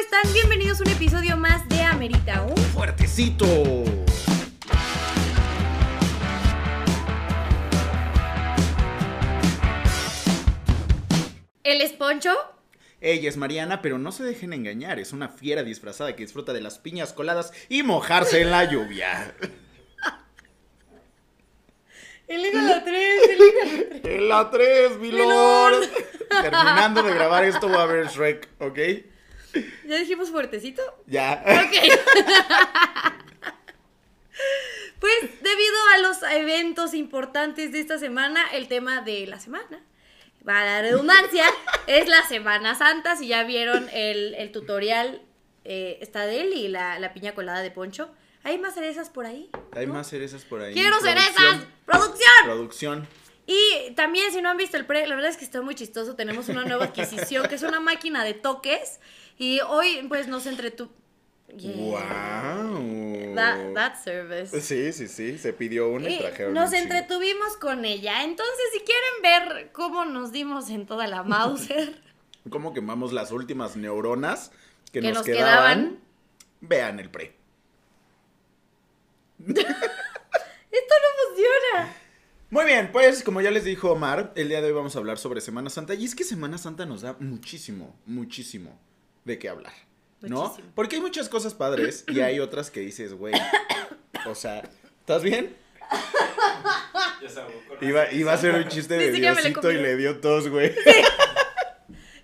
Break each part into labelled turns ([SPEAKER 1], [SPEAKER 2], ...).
[SPEAKER 1] están? Bienvenidos a un episodio más de Amerita un
[SPEAKER 2] fuertecito.
[SPEAKER 1] Él es Poncho.
[SPEAKER 2] Ella es Mariana, pero no se dejen engañar, es una fiera disfrazada que disfruta de las piñas coladas y mojarse en la lluvia.
[SPEAKER 1] Elige la 3, elige la 3.
[SPEAKER 2] En la 3, mi lord. Terminando de grabar esto va a ver Shrek, ¿ok?
[SPEAKER 1] ¿Ya dijimos fuertecito?
[SPEAKER 2] Ya.
[SPEAKER 1] Ok. pues debido a los eventos importantes de esta semana, el tema de la semana, va la redundancia, es la Semana Santa. Si ya vieron el, el tutorial, eh, está de él y la, la piña colada de Poncho. ¿Hay más cerezas por ahí?
[SPEAKER 2] Hay
[SPEAKER 1] ¿No?
[SPEAKER 2] más cerezas por ahí.
[SPEAKER 1] ¡Quiero
[SPEAKER 2] Producción,
[SPEAKER 1] cerezas! ¡Producción!
[SPEAKER 2] Producción.
[SPEAKER 1] Y también, si no han visto el pre, la verdad es que está muy chistoso. Tenemos una nueva adquisición que es una máquina de toques. Y hoy, pues, nos entretu. Yeah.
[SPEAKER 2] Wow.
[SPEAKER 1] That, that service.
[SPEAKER 2] Sí, sí, sí, se pidió una y,
[SPEAKER 1] Y
[SPEAKER 2] Pues, trajeron
[SPEAKER 1] Eh, nos
[SPEAKER 2] un chingo.
[SPEAKER 1] entretuvimos con ella. Entonces, si quieren ver cómo nos dimos en toda la Mauser,
[SPEAKER 2] ¿Cómo quemamos las últimas neuronas que,
[SPEAKER 1] que,
[SPEAKER 2] nos,
[SPEAKER 1] nos
[SPEAKER 2] quedaban?
[SPEAKER 1] quedaban.
[SPEAKER 2] Vean el pre.
[SPEAKER 1] Esto no funciona.
[SPEAKER 2] Muy bien, pues como ya les dijo Omar, el día de hoy vamos a hablar sobre Semana Santa. Y es que Semana Santa nos da muchísimo, muchísimo de qué hablar. ¿No?
[SPEAKER 1] Muchísimo.
[SPEAKER 2] Porque hay muchas cosas padres y hay otras que dices, güey. O sea, ¿estás bien?
[SPEAKER 3] Ya se ahogó con
[SPEAKER 2] Iba,
[SPEAKER 3] razón.
[SPEAKER 2] iba a ser un chiste de
[SPEAKER 1] Ni siquiera me le
[SPEAKER 2] Diosito y
[SPEAKER 1] comió.
[SPEAKER 2] le dio tos, güey.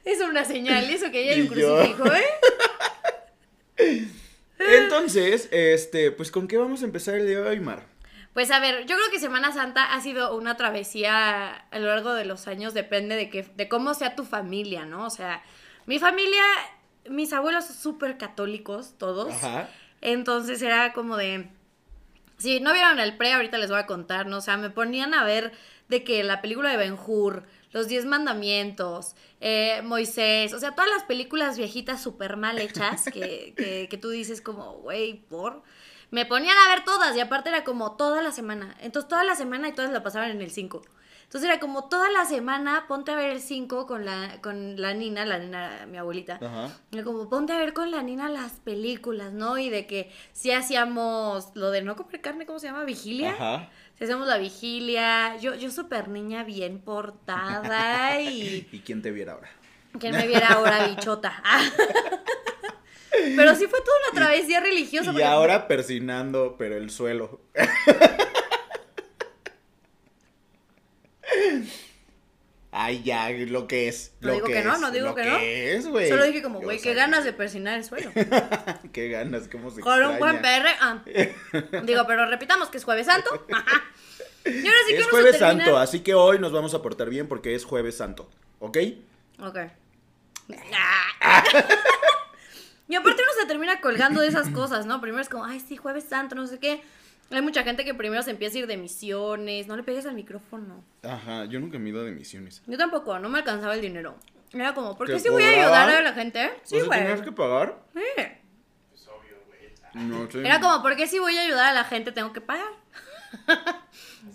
[SPEAKER 1] Es una señal, eso que ya hay un
[SPEAKER 2] Y yo.
[SPEAKER 1] crucifijo, ¿eh?
[SPEAKER 2] Entonces, este, pues con qué vamos a empezar el día de hoy, Mar.
[SPEAKER 1] Pues a ver, yo creo que Semana Santa ha sido una travesía a lo largo de los años, depende de, que, de cómo sea tu familia, ¿no? O sea, mi familia, mis abuelos son súper católicos, todos.
[SPEAKER 2] Ajá.
[SPEAKER 1] Entonces era como de... Si no vieron el pre, ahorita les voy a contar, ¿no? O sea, me ponían a ver de que la película de Ben Hur, Los Diez Mandamientos, eh, Moisés, o sea, todas las películas viejitas súper mal hechas que, que, que tú dices como, güey, por... Me ponían a ver todas y aparte era como toda la semana. Entonces toda la semana y todas la pasaban en el 5. Entonces era como toda la semana ponte a ver el 5 con la, con la nina, la nina, mi abuelita.
[SPEAKER 2] Ajá.
[SPEAKER 1] Era Como ponte a ver con la nina las películas, ¿no? Y de que si hacíamos lo de no comer carne, ¿cómo se llama? Vigilia.
[SPEAKER 2] Ajá.
[SPEAKER 1] Si hacíamos la vigilia. Yo, yo súper niña bien portada y
[SPEAKER 2] ¿Y quién te viera ahora?
[SPEAKER 1] que me viera ahora bichota. Pero sí fue toda una travesía religiosa.
[SPEAKER 2] Y
[SPEAKER 1] porque-
[SPEAKER 2] ahora persinando, pero el suelo. Ay, ya, lo que es.
[SPEAKER 1] No
[SPEAKER 2] lo
[SPEAKER 1] digo que no,
[SPEAKER 2] es,
[SPEAKER 1] no digo
[SPEAKER 2] lo
[SPEAKER 1] que no.
[SPEAKER 2] es, güey.
[SPEAKER 1] Solo dije como, güey,
[SPEAKER 2] pues, O
[SPEAKER 1] qué
[SPEAKER 2] sea,
[SPEAKER 1] ganas de persinar el suelo.
[SPEAKER 2] Qué ganas, cómo se
[SPEAKER 1] Con un
[SPEAKER 2] extraña.
[SPEAKER 1] buen perre. ah. Digo, pero repitamos que es jueves santo. y ahora sí que
[SPEAKER 2] es
[SPEAKER 1] vamos a
[SPEAKER 2] jueves
[SPEAKER 1] terminar-
[SPEAKER 2] santo, así que hoy nos vamos a portar bien porque es jueves santo, ¿ok?
[SPEAKER 1] Ok. y aparte uno se termina colgando de esas cosas, ¿no? Primero es como, ay, sí, jueves santo, no sé qué. Hay mucha gente que primero se empieza a ir de misiones. No le pegues al micrófono.
[SPEAKER 2] Ajá, yo nunca me he ido de misiones.
[SPEAKER 1] Yo tampoco, no me alcanzaba el dinero. Era como, ¿por qué
[SPEAKER 2] ¿Te
[SPEAKER 1] sí voy a
[SPEAKER 2] cobraban?
[SPEAKER 1] ayudar a la gente? Sí,
[SPEAKER 2] ¿O sea,
[SPEAKER 1] güey.
[SPEAKER 2] ¿Tenías que pagar?
[SPEAKER 1] Sí.
[SPEAKER 3] Pues obvio, güey.
[SPEAKER 2] No sé.
[SPEAKER 1] Era como, ¿por qué si voy a ayudar a la gente tengo que pagar?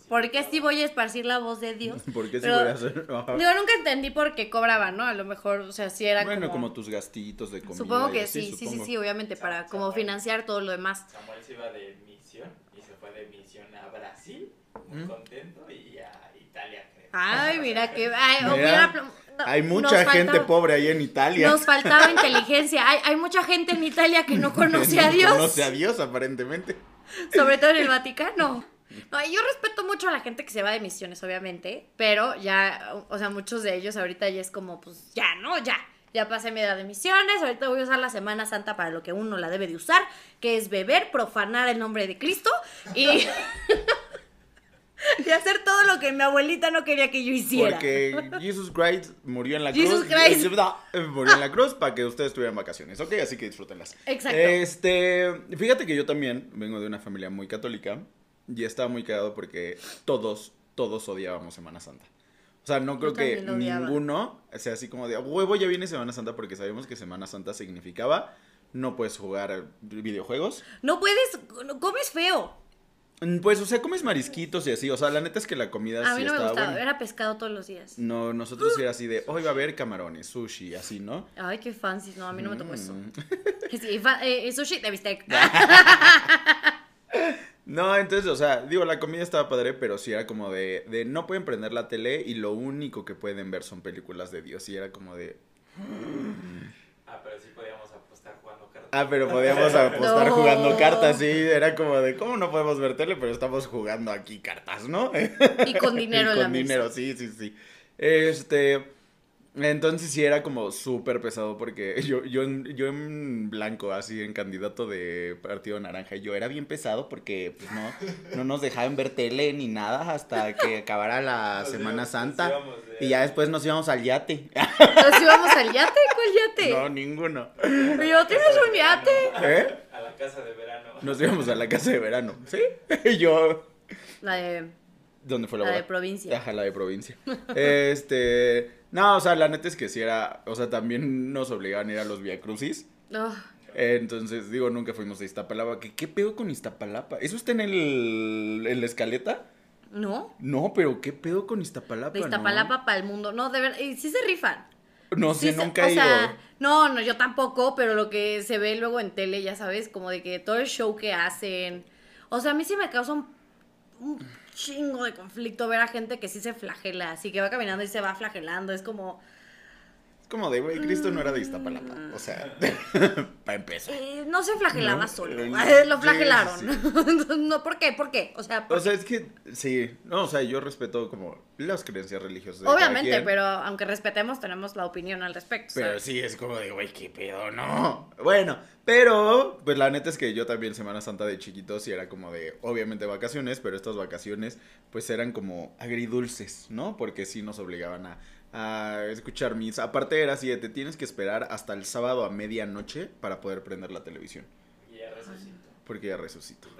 [SPEAKER 1] ¿Por qué si voy a esparcir la voz de Dios?
[SPEAKER 2] ¿Por qué se
[SPEAKER 1] Pero-
[SPEAKER 2] voy a hacer? Ajá.
[SPEAKER 1] Digo, nunca entendí por qué cobraban, ¿no? A lo mejor, o sea, sí era
[SPEAKER 2] bueno, como... tus gastitos de comida.
[SPEAKER 1] Supongo
[SPEAKER 2] y
[SPEAKER 1] que
[SPEAKER 2] así,
[SPEAKER 1] sí, sí, sí,
[SPEAKER 2] supongo.
[SPEAKER 1] sí, obviamente, para
[SPEAKER 3] Sa-
[SPEAKER 1] como
[SPEAKER 3] saber.
[SPEAKER 1] financiar todo lo demás.
[SPEAKER 3] Samuel se iba de misión y se fue de misión a Brasil, muy
[SPEAKER 2] Mm.
[SPEAKER 3] contento, y a Italia, creo.
[SPEAKER 1] Ay, mira que... ay,
[SPEAKER 2] Mira,
[SPEAKER 1] hubiera pl- no,
[SPEAKER 2] Hay
[SPEAKER 1] nos
[SPEAKER 2] mucha gente
[SPEAKER 1] faltaba-
[SPEAKER 2] pobre ahí en Italia.
[SPEAKER 1] Nos faltaba inteligencia. Hay, hay mucha gente en Italia que no conoce
[SPEAKER 2] No
[SPEAKER 1] a Dios,
[SPEAKER 2] Conoce a Dios, aparentemente.
[SPEAKER 1] sobre todo en el Vaticano. No, y yo respeto mucho a la gente que se va de misiones, obviamente, pero ya, o sea, muchos de ellos ahorita ya es como, pues ya, ¿no? Ya, ya pasé mi edad de misiones, ahorita voy a usar la Semana Santa para lo que uno la debe de usar, que es beber, profanar el nombre de Cristo y... y hacer todo lo que mi abuelita no quería que yo hiciera.
[SPEAKER 2] Porque Jesus Christ murió en la
[SPEAKER 1] Jesus
[SPEAKER 2] cruz.
[SPEAKER 1] Christ.
[SPEAKER 2] Eh, Murió en la cruz para que ustedes tuvieran vacaciones, ¿ok? Así que disfrútenlas.
[SPEAKER 1] Exacto.
[SPEAKER 2] Este, fíjate que yo también vengo de una familia muy católica y estaba muy cagado porque todos, todos odiábamos Semana Santa. O sea, no creo que
[SPEAKER 1] también lo odiaba.
[SPEAKER 2] ninguno sea así como de "A huevo, ya viene Semana Santa porque sabemos que Semana Santa significaba no puedes jugar videojuegos.
[SPEAKER 1] No puedes, no- comes feo.
[SPEAKER 2] Mm, Pues, o sea, comes marisquitos y así. O sea, la neta es que la comida
[SPEAKER 1] A
[SPEAKER 2] sí
[SPEAKER 1] mí no me
[SPEAKER 2] estaba
[SPEAKER 1] gustaba,
[SPEAKER 2] buena.
[SPEAKER 1] era pescado todos los días.
[SPEAKER 2] No, nosotros sí era así de, hoy va a haber camarones, sushi, así, ¿no?
[SPEAKER 1] Ay, qué fancy. No, a mí no me tocó eso.
[SPEAKER 2] Mm.
[SPEAKER 1] Sí, fa- eh, sushi de bistec.
[SPEAKER 2] No, entonces, o sea, digo, la comida estaba padre, pero sí era como de, de no pueden prender la tele y lo único que pueden ver son películas de Dios. Y era como de,
[SPEAKER 3] Ah, pero sí podíamos apostar jugando cartas.
[SPEAKER 2] ah, pero podíamos apostar
[SPEAKER 1] No.
[SPEAKER 2] jugando cartas, sí. Era como de, ¿cómo no podemos ver tele? Pero estamos jugando aquí cartas, ¿no?
[SPEAKER 1] y con dinero
[SPEAKER 2] Y
[SPEAKER 1] en
[SPEAKER 2] con
[SPEAKER 1] la mesa.
[SPEAKER 2] dinero, sí, sí, sí. Este. Entonces sí era como súper pesado porque yo, yo, en, yo en blanco, así en candidato de Partido Naranja, yo era bien pesado porque pues no, no nos dejaban ver tele ni nada hasta que acabara la
[SPEAKER 3] Nos
[SPEAKER 2] Semana
[SPEAKER 3] íbamos- nos
[SPEAKER 2] Santa.
[SPEAKER 3] íbamos de-
[SPEAKER 2] Y ya después nos íbamos al yate.
[SPEAKER 1] Entonces íbamos al yate, ¿cuál yate?
[SPEAKER 2] No, ninguno.
[SPEAKER 3] a la
[SPEAKER 1] Yo,
[SPEAKER 3] casa
[SPEAKER 1] ¿tienes
[SPEAKER 3] de
[SPEAKER 1] un
[SPEAKER 3] verano.
[SPEAKER 1] yate?
[SPEAKER 2] ¿Eh?
[SPEAKER 3] A la casa de verano.
[SPEAKER 2] Nos íbamos a la casa de verano. ¿Sí? Y yo.
[SPEAKER 1] La de,
[SPEAKER 2] ¿Dónde fue la,
[SPEAKER 3] Ah,
[SPEAKER 1] la de
[SPEAKER 2] boda?
[SPEAKER 1] provincia.
[SPEAKER 2] Ajá, la de provincia. Este. No, o sea, la neta es que sí era. O sea, también nos obligaban a ir a los Via Crucis.
[SPEAKER 1] No,
[SPEAKER 2] Entonces, digo, nunca fuimos a Iztapalapa. ¿Qué, qué pedo con Iztapalapa? ¿Eso está en, el, en la escaleta?
[SPEAKER 1] ¿no?
[SPEAKER 2] No, pero ¿qué pedo con Iztapalapa?
[SPEAKER 1] De
[SPEAKER 2] no?
[SPEAKER 1] Iztapalapa para el mundo. No, de verdad, y sí se rifan.
[SPEAKER 2] No sé,
[SPEAKER 1] Sí se-
[SPEAKER 2] nunca he
[SPEAKER 1] o
[SPEAKER 2] ido.
[SPEAKER 1] sea, no, no, yo tampoco, pero lo que se ve luego en tele, ya sabes, como de que todo el show que hacen. O sea, a mí sí me causa un, un chingo de conflicto ver a gente que sí se flagela, así que va caminando y se va flagelando. Es como,
[SPEAKER 2] Es como de, güey, Cristo no era
[SPEAKER 1] mm.
[SPEAKER 2] de Iztapalapa. O sea, para empezar.
[SPEAKER 1] eh, no se flagelaba
[SPEAKER 2] No,
[SPEAKER 1] solo,
[SPEAKER 2] eh,
[SPEAKER 1] lo
[SPEAKER 2] sí,
[SPEAKER 1] flagelaron.
[SPEAKER 2] sí,
[SPEAKER 1] no, ¿por qué? ¿Por qué? O sea, ¿por
[SPEAKER 2] O sea, es que sí. No, o sea, yo respeto como las creencias religiosas. de cada
[SPEAKER 1] Obviamente,
[SPEAKER 2] quien,
[SPEAKER 1] pero aunque respetemos, tenemos la opinión al respecto.
[SPEAKER 2] Pero
[SPEAKER 1] ¿sabes?
[SPEAKER 2] sí, es como de, güey, qué pedo, no. Bueno, pero, pues la neta es que yo también Semana Santa de chiquitos y era como de, obviamente vacaciones, pero estas vacaciones pues eran como agridulces, ¿no? Porque sí nos obligaban a, a escuchar misa. Aparte era así, de, te tienes que esperar hasta el sábado a medianoche para poder prender la televisión,
[SPEAKER 3] Y ya resucitó.
[SPEAKER 2] porque ya resucitó.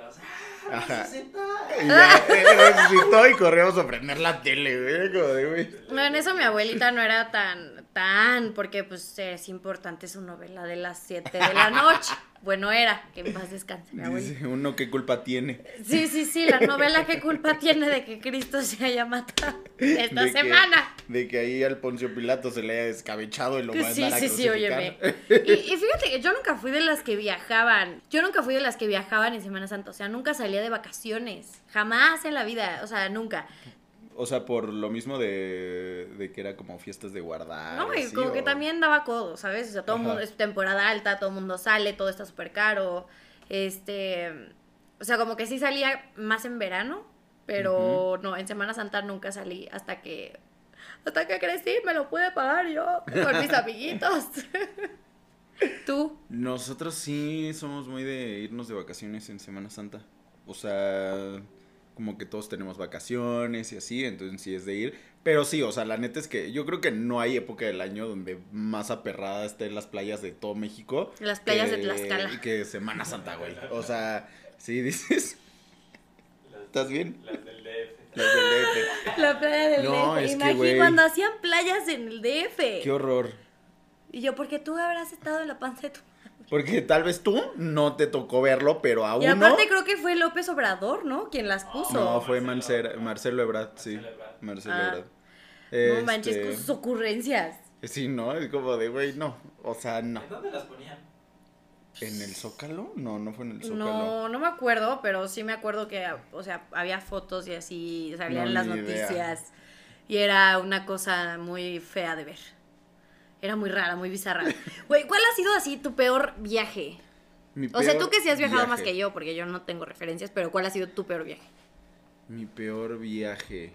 [SPEAKER 3] Y todos,
[SPEAKER 2] Ajá.
[SPEAKER 3] "Ah,
[SPEAKER 2] Y ya, eh, resucitó y corríamos a prender la tele, güey. era como de, güey.
[SPEAKER 1] No, en eso mi abuelita no era tan, tan, porque pues es importante su novela de las 7 de la noche. Bueno, era, que en paz descanse mi abuelita.
[SPEAKER 2] Dice uno, ¿qué culpa tiene?
[SPEAKER 1] Sí, sí, sí, la novela, ¿qué culpa tiene de que Cristo se haya matado esta
[SPEAKER 2] de que-
[SPEAKER 1] semana?
[SPEAKER 2] de que ahí al Poncio Pilato se le haya descabechado y lo
[SPEAKER 1] Que
[SPEAKER 2] mandara
[SPEAKER 1] sí, sí,
[SPEAKER 2] a
[SPEAKER 1] sí, óyeme.
[SPEAKER 2] crucificar.
[SPEAKER 1] Y, y fíjate que yo nunca fui de las que viajaban. Yo nunca fui de las que viajaban en Semana Santa. O sea, nunca salía de vacaciones. Jamás en la vida. O sea, nunca.
[SPEAKER 2] O sea, por lo mismo de, de que era como fiestas de guardar.
[SPEAKER 1] No, y
[SPEAKER 2] así,
[SPEAKER 1] como
[SPEAKER 2] o-
[SPEAKER 1] que también daba codo, ¿sabes? O sea, todo el
[SPEAKER 2] Ajá.
[SPEAKER 1] mundo es temporada alta, todo el mundo sale, todo está súper caro. Este. O sea, como que sí salía más en verano, pero no, en Semana Santa nunca salí hasta que. Hasta que crecí, me lo pude pagar yo con mis amiguitos. Tú.
[SPEAKER 2] Nosotros sí somos muy de irnos de vacaciones en Semana Santa. O sea, como que todos tenemos vacaciones y así, entonces sí es de ir. Pero sí, o sea, la neta es que yo creo que no hay época del año donde más aperrada estén las playas de todo México.
[SPEAKER 1] Las playas de
[SPEAKER 2] que-
[SPEAKER 1] Tlaxcala.
[SPEAKER 2] Que Semana Santa, güey. O sea, sí dices,
[SPEAKER 3] las-
[SPEAKER 2] ¿estás bien?
[SPEAKER 3] Las del DF.
[SPEAKER 2] Las del DF.
[SPEAKER 1] La playa del
[SPEAKER 2] No,
[SPEAKER 1] DF.
[SPEAKER 2] es que,
[SPEAKER 1] Imagínate
[SPEAKER 2] güey.
[SPEAKER 1] cuando hacían playas en el
[SPEAKER 2] Qué
[SPEAKER 1] DF.
[SPEAKER 2] horror.
[SPEAKER 1] Y yo, porque tú habrás estado en la panza de tu.
[SPEAKER 2] Porque tal vez tú no te tocó verlo, pero a
[SPEAKER 1] Y
[SPEAKER 2] uno.
[SPEAKER 1] aparte creo que fue López Obrador, ¿no? Quien las puso.
[SPEAKER 2] No, fue Marcelo, Marcelo Ebrard, sí.
[SPEAKER 3] Marcelo Ebrard.
[SPEAKER 2] Marcelo
[SPEAKER 1] Ah.
[SPEAKER 2] Ebrard.
[SPEAKER 1] No manches
[SPEAKER 2] Este,
[SPEAKER 1] con sus ocurrencias.
[SPEAKER 2] Sí, no, es como de, güey, no. O sea, no.
[SPEAKER 3] ¿En dónde las ponían?
[SPEAKER 2] ¿En el Zócalo? No, no fue en el Zócalo.
[SPEAKER 1] No, no me acuerdo, pero sí me acuerdo que, o sea, había fotos y así salían
[SPEAKER 2] No,
[SPEAKER 1] las
[SPEAKER 2] ni idea.
[SPEAKER 1] noticias. Y era una cosa muy fea de ver. Era muy rara, muy bizarra. Güey, ¿cuál ha sido así tu peor viaje?
[SPEAKER 2] Mi
[SPEAKER 1] O sea,
[SPEAKER 2] peor
[SPEAKER 1] tú que sí has viajado más
[SPEAKER 2] viaje.
[SPEAKER 1] que yo, porque yo no tengo referencias, pero ¿cuál ha sido tu peor viaje?
[SPEAKER 2] Mi peor viaje.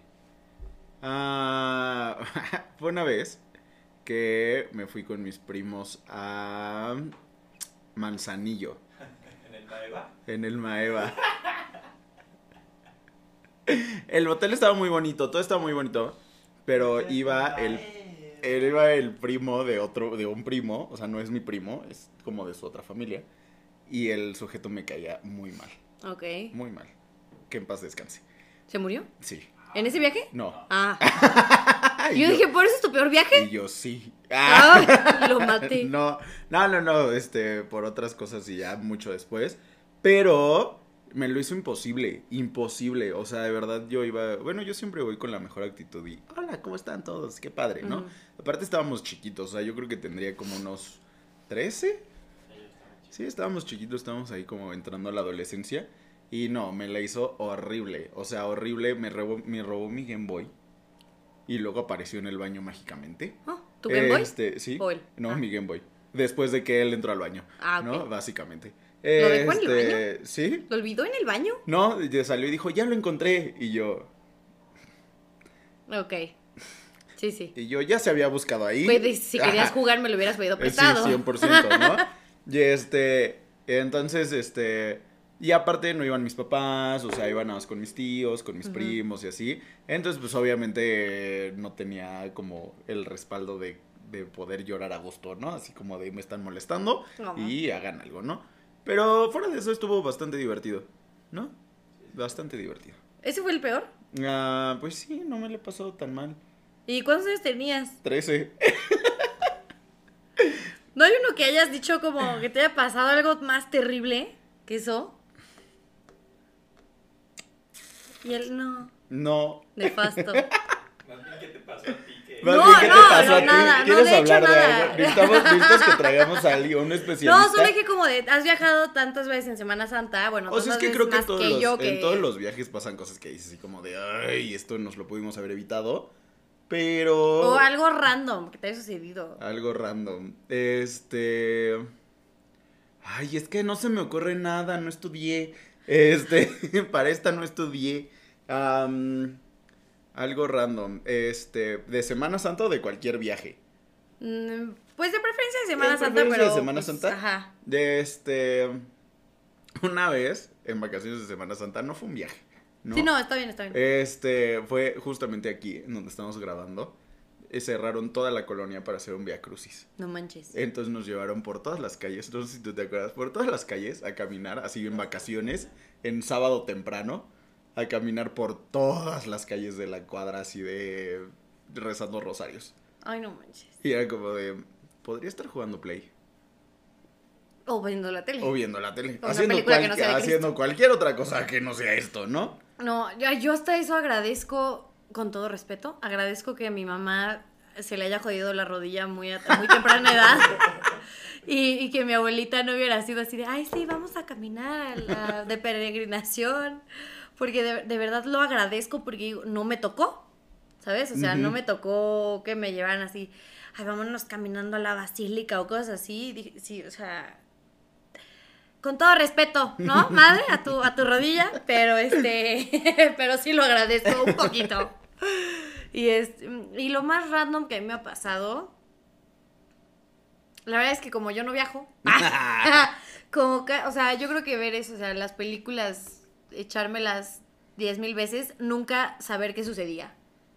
[SPEAKER 2] Ah, fue una vez que me fui con mis primos a Manzanillo.
[SPEAKER 3] ¿En el Maeva?
[SPEAKER 2] En el Maeva. El hotel estaba muy bonito, todo estaba muy bonito, pero iba el, él iba el primo de otro, de un primo, o sea, no es mi primo, es como de su otra familia, y el sujeto me caía muy mal,
[SPEAKER 1] Ok.
[SPEAKER 2] muy mal. Que en paz descanse.
[SPEAKER 1] ¿Se murió?
[SPEAKER 2] Sí,
[SPEAKER 1] ¿En ese viaje?
[SPEAKER 2] no.
[SPEAKER 1] Ah.
[SPEAKER 2] Y
[SPEAKER 1] Yo dije, ¿por eso es tu peor viaje?
[SPEAKER 2] y yo sí.
[SPEAKER 1] Ah, lo maté.
[SPEAKER 2] No, no, no, no, este, por otras cosas y ya mucho después. Pero me lo hizo imposible, imposible. O sea, de verdad yo iba, bueno, yo siempre voy con la mejor actitud y, hola, ¿cómo están todos? Qué padre, ¿no?
[SPEAKER 1] Ujú.
[SPEAKER 2] Aparte estábamos chiquitos, o sea, yo creo que tendría como unos 13.
[SPEAKER 3] Ellos estaban chidos.
[SPEAKER 2] Sí, estábamos chiquitos, estábamos ahí como entrando a la adolescencia. Y no, me la hizo horrible. O sea, horrible, me robó, me robó mi Game Boy. Y luego apareció en el baño mágicamente.
[SPEAKER 1] Oh, ¿Tu Game Boy?
[SPEAKER 2] Este, sí.
[SPEAKER 1] ¿O él?
[SPEAKER 2] No,
[SPEAKER 1] Ah.
[SPEAKER 2] mi Game Boy. Después de que él entró al baño.
[SPEAKER 1] Ah, ok.
[SPEAKER 2] ¿No? Básicamente.
[SPEAKER 1] dejó en el
[SPEAKER 2] Este, Sí.
[SPEAKER 1] ¿Lo olvidó en el baño?
[SPEAKER 2] No, y salió y dijo, ya lo encontré. Y yo,
[SPEAKER 1] Ok. Sí, sí.
[SPEAKER 2] y yo ya se había buscado ahí.
[SPEAKER 1] Güey, de- si querías
[SPEAKER 2] Ajá.
[SPEAKER 1] jugar me lo hubieras pedido
[SPEAKER 2] Eh, Sí,
[SPEAKER 1] prestado.
[SPEAKER 2] 100%, ¿no? Y este, entonces, este, y aparte no iban mis papás, o sea, iban nada más con mis tíos, con mis
[SPEAKER 1] Ujú.
[SPEAKER 2] primos y así. Entonces, pues obviamente eh, no tenía como el respaldo de, de poder llorar a gusto, ¿no? Así como de me están molestando
[SPEAKER 1] Ajá.
[SPEAKER 2] y hagan algo, ¿no? Pero fuera de eso estuvo bastante divertido, ¿no? Bastante divertido.
[SPEAKER 1] ¿Ese fue el peor?
[SPEAKER 2] Ah, pues sí, no me le pasó tan mal.
[SPEAKER 1] ¿Y cuántos años tenías?
[SPEAKER 2] 13.
[SPEAKER 1] ¿No hay uno que hayas dicho como que te haya pasado algo más terrible que eso? Y él no,
[SPEAKER 2] No,
[SPEAKER 1] nefasto.
[SPEAKER 3] Más bien, ¿qué te pasó a ti? Que...
[SPEAKER 2] Más
[SPEAKER 1] No,
[SPEAKER 2] bien, ¿qué
[SPEAKER 1] no,
[SPEAKER 2] te pasó
[SPEAKER 1] no,
[SPEAKER 2] a ti?
[SPEAKER 1] nada, no,
[SPEAKER 2] ¿Quieres
[SPEAKER 1] de hecho,
[SPEAKER 2] hablar de
[SPEAKER 1] nada.
[SPEAKER 2] algo? Necesitamos necesitas que traigamos a alguien, un especialista.
[SPEAKER 1] No, solo dije como de, has viajado tantas veces en Semana Santa, bueno,
[SPEAKER 2] O
[SPEAKER 1] tantas
[SPEAKER 2] sea, es que
[SPEAKER 1] veces
[SPEAKER 2] creo que,
[SPEAKER 1] más
[SPEAKER 2] todos
[SPEAKER 1] que
[SPEAKER 2] los-
[SPEAKER 1] yo que...
[SPEAKER 2] en todos los viajes pasan cosas que dices así como de, ay, esto nos lo pudimos haber evitado, pero...
[SPEAKER 1] O algo random que te haya sucedido.
[SPEAKER 2] Algo random. Este... Ay, es que no se me ocurre nada, no estudié. Este, para esta no estudié. Am, algo random. Este, de Semana Santa o de cualquier viaje.
[SPEAKER 1] Mm, Pues de preferencia de Semana
[SPEAKER 2] De
[SPEAKER 1] Santa,
[SPEAKER 2] preferencia
[SPEAKER 1] pero...
[SPEAKER 2] de Semana
[SPEAKER 1] pues,
[SPEAKER 2] Santa.
[SPEAKER 1] Ajá.
[SPEAKER 2] De este. Una vez, en vacaciones de Semana Santa, no fue un viaje. ¿no?
[SPEAKER 1] Sí, no, está bien, está bien.
[SPEAKER 2] Este, fue justamente aquí, en donde estamos grabando. eh, Cerraron toda la colonia para hacer un via crucis.
[SPEAKER 1] No manches.
[SPEAKER 2] Entonces nos llevaron por todas las calles, no sé si tú te acuerdas, por todas las calles a caminar, así en vacaciones, en sábado temprano, a caminar por todas las calles de la cuadra, así de rezando rosarios.
[SPEAKER 1] Ay, no manches.
[SPEAKER 2] Y era como de, podría estar jugando play.
[SPEAKER 1] O viendo la tele.
[SPEAKER 2] O viendo la tele.
[SPEAKER 1] O una
[SPEAKER 2] haciendo
[SPEAKER 1] película que no
[SPEAKER 2] cual-
[SPEAKER 1] sea de
[SPEAKER 2] haciendo cualquier otra cosa que no sea esto, ¿no?
[SPEAKER 1] No, yo, yo hasta eso agradezco, con todo respeto, agradezco que a mi mamá se le haya jodido la rodilla muy a muy temprana edad y, y que mi abuelita no hubiera sido así de, ay, sí, vamos a caminar a la de peregrinación, porque de, de verdad lo agradezco porque digo, no me tocó, ¿sabes? O sea, no
[SPEAKER 2] Ujú.
[SPEAKER 1] me tocó que me llevaran así, ay, vámonos caminando a la basílica o cosas así, dije, sí, o sea, con todo respeto, ¿no? Madre, a tu, a tu rodilla, pero este, pero sí lo agradezco un poquito. Y es, y lo más random que me ha pasado, la verdad es que como yo no viajo, Ah.
[SPEAKER 2] Ah.
[SPEAKER 1] como que, o sea, yo creo que ver eso, o sea, las películas, echármelas diez mil veces, nunca saber qué sucedía.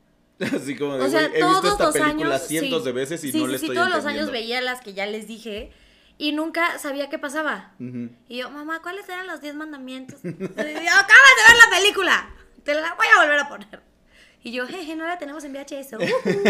[SPEAKER 2] Así como de,
[SPEAKER 1] O sea,
[SPEAKER 2] "Güey, he
[SPEAKER 1] todos
[SPEAKER 2] visto esta
[SPEAKER 1] los
[SPEAKER 2] película
[SPEAKER 1] años.
[SPEAKER 2] cientos
[SPEAKER 1] sí.
[SPEAKER 2] de veces y
[SPEAKER 1] Sí,
[SPEAKER 2] no
[SPEAKER 1] sí,
[SPEAKER 2] le
[SPEAKER 1] sí,
[SPEAKER 2] estoy
[SPEAKER 1] todos los
[SPEAKER 2] entendiendo".
[SPEAKER 1] años veía las que ya les dije y nunca sabía qué pasaba.
[SPEAKER 2] Ujú.
[SPEAKER 1] Y yo, mamá, ¿cuáles eran los 10 mandamientos? Y yo, Acabas de ver la película. Te la voy a volver a poner. Y yo, jeje, no la tenemos en VHS. Ujú. Uh-huh.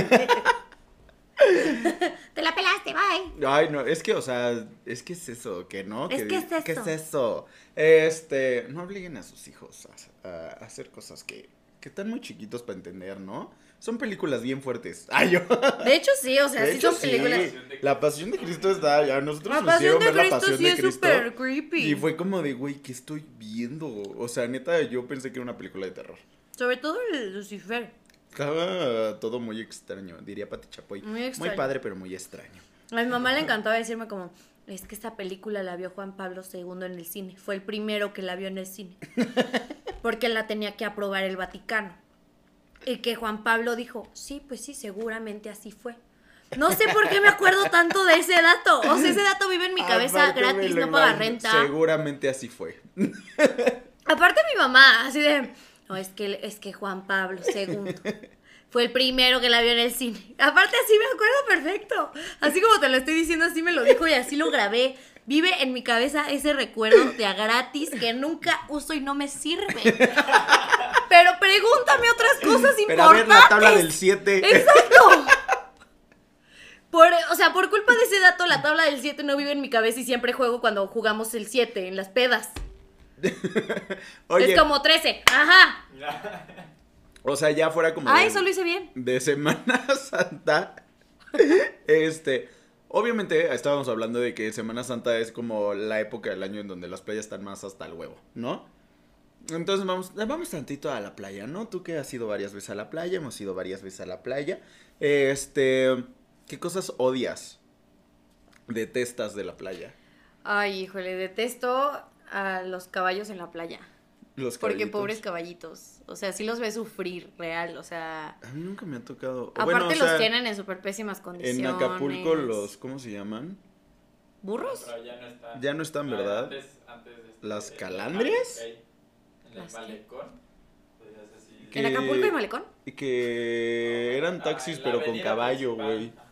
[SPEAKER 1] Te la pelaste, bye.
[SPEAKER 2] Ay, no, es que, o sea, es que es eso, que no.
[SPEAKER 1] Es que es
[SPEAKER 2] ¿Qué es
[SPEAKER 1] eso.
[SPEAKER 2] eso? Este, no obliguen a sus hijos a, a hacer cosas que, que están muy chiquitos para entender, ¿no? Son películas bien fuertes. Ay, yo.
[SPEAKER 1] De hecho, sí, o sea,
[SPEAKER 2] de
[SPEAKER 1] sí
[SPEAKER 2] hecho,
[SPEAKER 1] son películas.
[SPEAKER 2] sí. La pasión de Cristo está. A nosotros
[SPEAKER 1] La
[SPEAKER 2] nos
[SPEAKER 1] pasión
[SPEAKER 2] hicieron
[SPEAKER 1] de
[SPEAKER 2] ver la
[SPEAKER 1] Cristo
[SPEAKER 2] pasión
[SPEAKER 1] sí
[SPEAKER 2] de
[SPEAKER 1] es
[SPEAKER 2] Cristo.
[SPEAKER 1] súper creepy.
[SPEAKER 2] Y fue como de, güey, ¿qué estoy viendo? O sea, neta, yo pensé que era una película de terror.
[SPEAKER 1] Sobre todo el Lucifer.
[SPEAKER 2] Estaba todo muy extraño, diría Pati Chapoy.
[SPEAKER 1] Muy extraño.
[SPEAKER 2] padre, pero muy extraño.
[SPEAKER 1] A mi mamá le encantaba decirme como, es que esta película la vio Juan Pablo II en el cine. Fue el primero que la vio en el cine. Porque la tenía que aprobar el Vaticano. Y que Juan Pablo dijo, sí, pues sí, seguramente así fue. No sé por qué me acuerdo tanto de ese dato. O sea, ese dato vive en mi cabeza
[SPEAKER 2] Aparte,
[SPEAKER 1] gratis,
[SPEAKER 2] me lo
[SPEAKER 1] no paga
[SPEAKER 2] imagino.
[SPEAKER 1] renta.
[SPEAKER 2] Seguramente así fue.
[SPEAKER 1] Aparte mi mamá, así de, no, es que, es que Juan Pablo II fue el primero que la vio en el cine. Aparte así me acuerdo perfecto. Así como te lo estoy diciendo, así me lo dijo y así lo grabé. Vive en mi cabeza ese recuerdo de a gratis que nunca uso y no me sirve. Pero pregúntame otras cosas importantes.
[SPEAKER 2] Pero a ver la tabla del 7.
[SPEAKER 1] Exacto. Por, o sea, por culpa de ese dato, la tabla del 7 no vive en mi cabeza y siempre juego cuando jugamos el 7 en las pedas.
[SPEAKER 2] Oye,
[SPEAKER 1] Es como 13. Ajá.
[SPEAKER 2] o sea, ya fuera como
[SPEAKER 1] Ah,
[SPEAKER 2] de-
[SPEAKER 1] eso lo hice bien.
[SPEAKER 2] de Semana Santa. Este, obviamente estábamos hablando de que Semana Santa es como la época del año en donde las playas están más hasta el huevo, ¿no? Entonces vamos, eh, vamos tantito a la playa, ¿no? Tú que has ido varias veces a la playa, hemos ido varias veces a la playa. Este, ¿qué cosas odias? Detestas de la playa.
[SPEAKER 1] Ay, híjole, detesto a los caballos en la playa.
[SPEAKER 2] Los
[SPEAKER 1] Porque
[SPEAKER 2] caballitos.
[SPEAKER 1] pobres caballitos. O sea, sí los ve sufrir, real. O sea.
[SPEAKER 2] A mí nunca me ha tocado.
[SPEAKER 1] Aparte
[SPEAKER 2] bueno, o
[SPEAKER 1] los
[SPEAKER 2] sea,
[SPEAKER 1] tienen en súper pésimas condiciones.
[SPEAKER 2] en Acapulco los, ¿cómo se llaman?
[SPEAKER 1] ¿Burros?
[SPEAKER 3] Pero ya no están.
[SPEAKER 2] Ya no están,
[SPEAKER 3] Ah,
[SPEAKER 2] ¿verdad?
[SPEAKER 3] Antes, antes de este-
[SPEAKER 2] ¿Las
[SPEAKER 3] en el
[SPEAKER 2] calandrias?
[SPEAKER 3] malecón, En el
[SPEAKER 1] ¿Las qué?
[SPEAKER 3] malecón. pues, es así.
[SPEAKER 2] ¿Qué?
[SPEAKER 1] ¿En Acapulco y Malecón?
[SPEAKER 2] Y Que eran
[SPEAKER 3] Ah,
[SPEAKER 2] taxis,
[SPEAKER 3] en la
[SPEAKER 2] pero con
[SPEAKER 3] avenida
[SPEAKER 2] caballo,
[SPEAKER 3] principal,
[SPEAKER 2] güey.
[SPEAKER 3] ajá.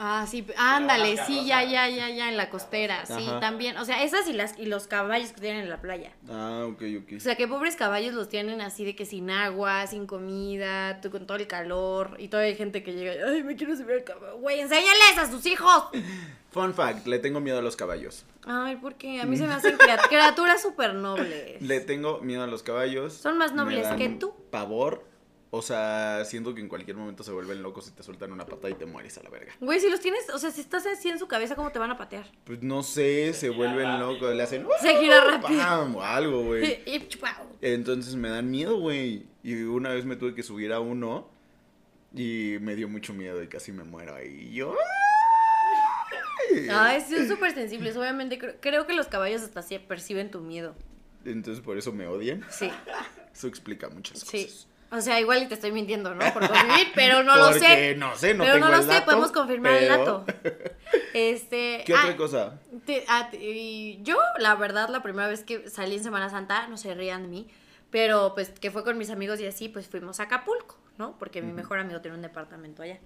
[SPEAKER 1] Ah, sí, ándale, sí, ya,
[SPEAKER 3] carroza.
[SPEAKER 1] ya, ya, ya, en la costera, sí,
[SPEAKER 2] Ajá.
[SPEAKER 1] también. O sea, esas y las y los caballos que tienen en la playa.
[SPEAKER 2] Ah, ok, ok.
[SPEAKER 1] O sea, que pobres caballos los tienen así de que sin agua, sin comida, tú con todo el calor y todavía hay gente que llega, y, ay, me quiero subir al caballo. Güey, enséñales a sus hijos.
[SPEAKER 2] Fun fact, le tengo miedo a los caballos.
[SPEAKER 1] Ay, porque a mí se me hacen crea- criaturas súper nobles.
[SPEAKER 2] Le tengo miedo a los caballos.
[SPEAKER 1] Son más
[SPEAKER 2] Me
[SPEAKER 1] nobles
[SPEAKER 2] dan
[SPEAKER 1] que tú.
[SPEAKER 2] Pavor. O sea, siento que en cualquier momento se vuelven locos y te sueltan una pata y te mueres a la verga.
[SPEAKER 1] Güey, si los tienes, o sea, si estás así en su cabeza, ¿cómo te van a patear?
[SPEAKER 2] Pues no sé,
[SPEAKER 3] Se
[SPEAKER 2] se
[SPEAKER 3] gira
[SPEAKER 2] vuelven
[SPEAKER 3] rápido.
[SPEAKER 2] locos, le hacen
[SPEAKER 1] Se gira rápido.
[SPEAKER 2] ¡pam! o algo, Ah, güey.
[SPEAKER 1] Y chupau.
[SPEAKER 2] Entonces me dan miedo, güey. Y una vez me tuve que subir a uno y me dio mucho miedo y casi me muero ahí. Y yo. ¡ay!
[SPEAKER 1] Ay, sí, son súper sensibles. Obviamente, creo, creo que los caballos hasta sí perciben tu miedo.
[SPEAKER 2] Entonces por eso me odian.
[SPEAKER 1] Sí,
[SPEAKER 2] Eso explica muchas cosas.
[SPEAKER 1] sí. O sea, igual y te estoy mintiendo, ¿no? Por convivir, pero no lo
[SPEAKER 2] Porque
[SPEAKER 1] sé.
[SPEAKER 2] No sé, no
[SPEAKER 1] pero
[SPEAKER 2] tengo
[SPEAKER 1] no lo
[SPEAKER 2] el
[SPEAKER 1] sé,
[SPEAKER 2] dato,
[SPEAKER 1] podemos confirmar el
[SPEAKER 2] pero-
[SPEAKER 1] dato. Este.
[SPEAKER 2] ¿Qué
[SPEAKER 1] ah,
[SPEAKER 2] otra cosa?
[SPEAKER 1] te- ah, te- y yo, la verdad, la primera vez que salí en Semana Santa, no se rían de mí, pero pues que fue con mis amigos y así, pues fuimos a Acapulco, ¿no? Porque mi
[SPEAKER 2] Ujú.
[SPEAKER 1] mejor amigo tiene un departamento allá.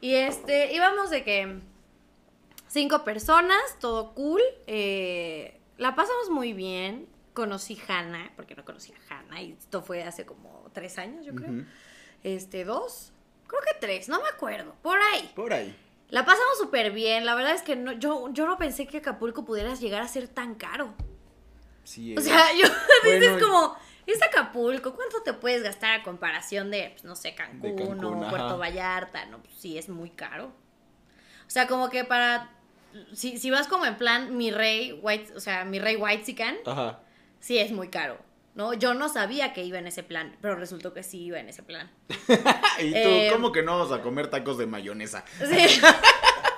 [SPEAKER 1] Y este, íbamos de que cinco personas, todo cool, eh, la pasamos muy bien. Conocí Hanna, porque no conocía a Hanna, y esto fue hace como tres años, yo creo.
[SPEAKER 2] Ujú.
[SPEAKER 1] Este, dos, creo que tres, no me acuerdo, por ahí.
[SPEAKER 2] Por ahí.
[SPEAKER 1] La pasamos súper bien, la verdad es que no, yo, yo no pensé que Acapulco pudieras llegar a ser tan caro.
[SPEAKER 2] Sí.
[SPEAKER 1] O
[SPEAKER 2] eh.
[SPEAKER 1] sea, yo
[SPEAKER 2] Bueno,
[SPEAKER 1] dices como, es Acapulco, ¿cuánto te puedes gastar a comparación de, pues, no sé, Cancún,
[SPEAKER 2] Cancún,
[SPEAKER 1] o
[SPEAKER 2] ajá.
[SPEAKER 1] Puerto Vallarta? No, pues sí, es muy caro. O sea, como que para, si, si vas como en plan mi rey White, o sea, mi rey White
[SPEAKER 2] Ajá.
[SPEAKER 1] sí es muy caro. ¿no? Yo no sabía que iba en ese plan, pero resultó que sí iba en ese plan.
[SPEAKER 2] Ah, ¿Y tú
[SPEAKER 1] Eh,
[SPEAKER 2] cómo que no vas a comer tacos de mayonesa?
[SPEAKER 1] Sí.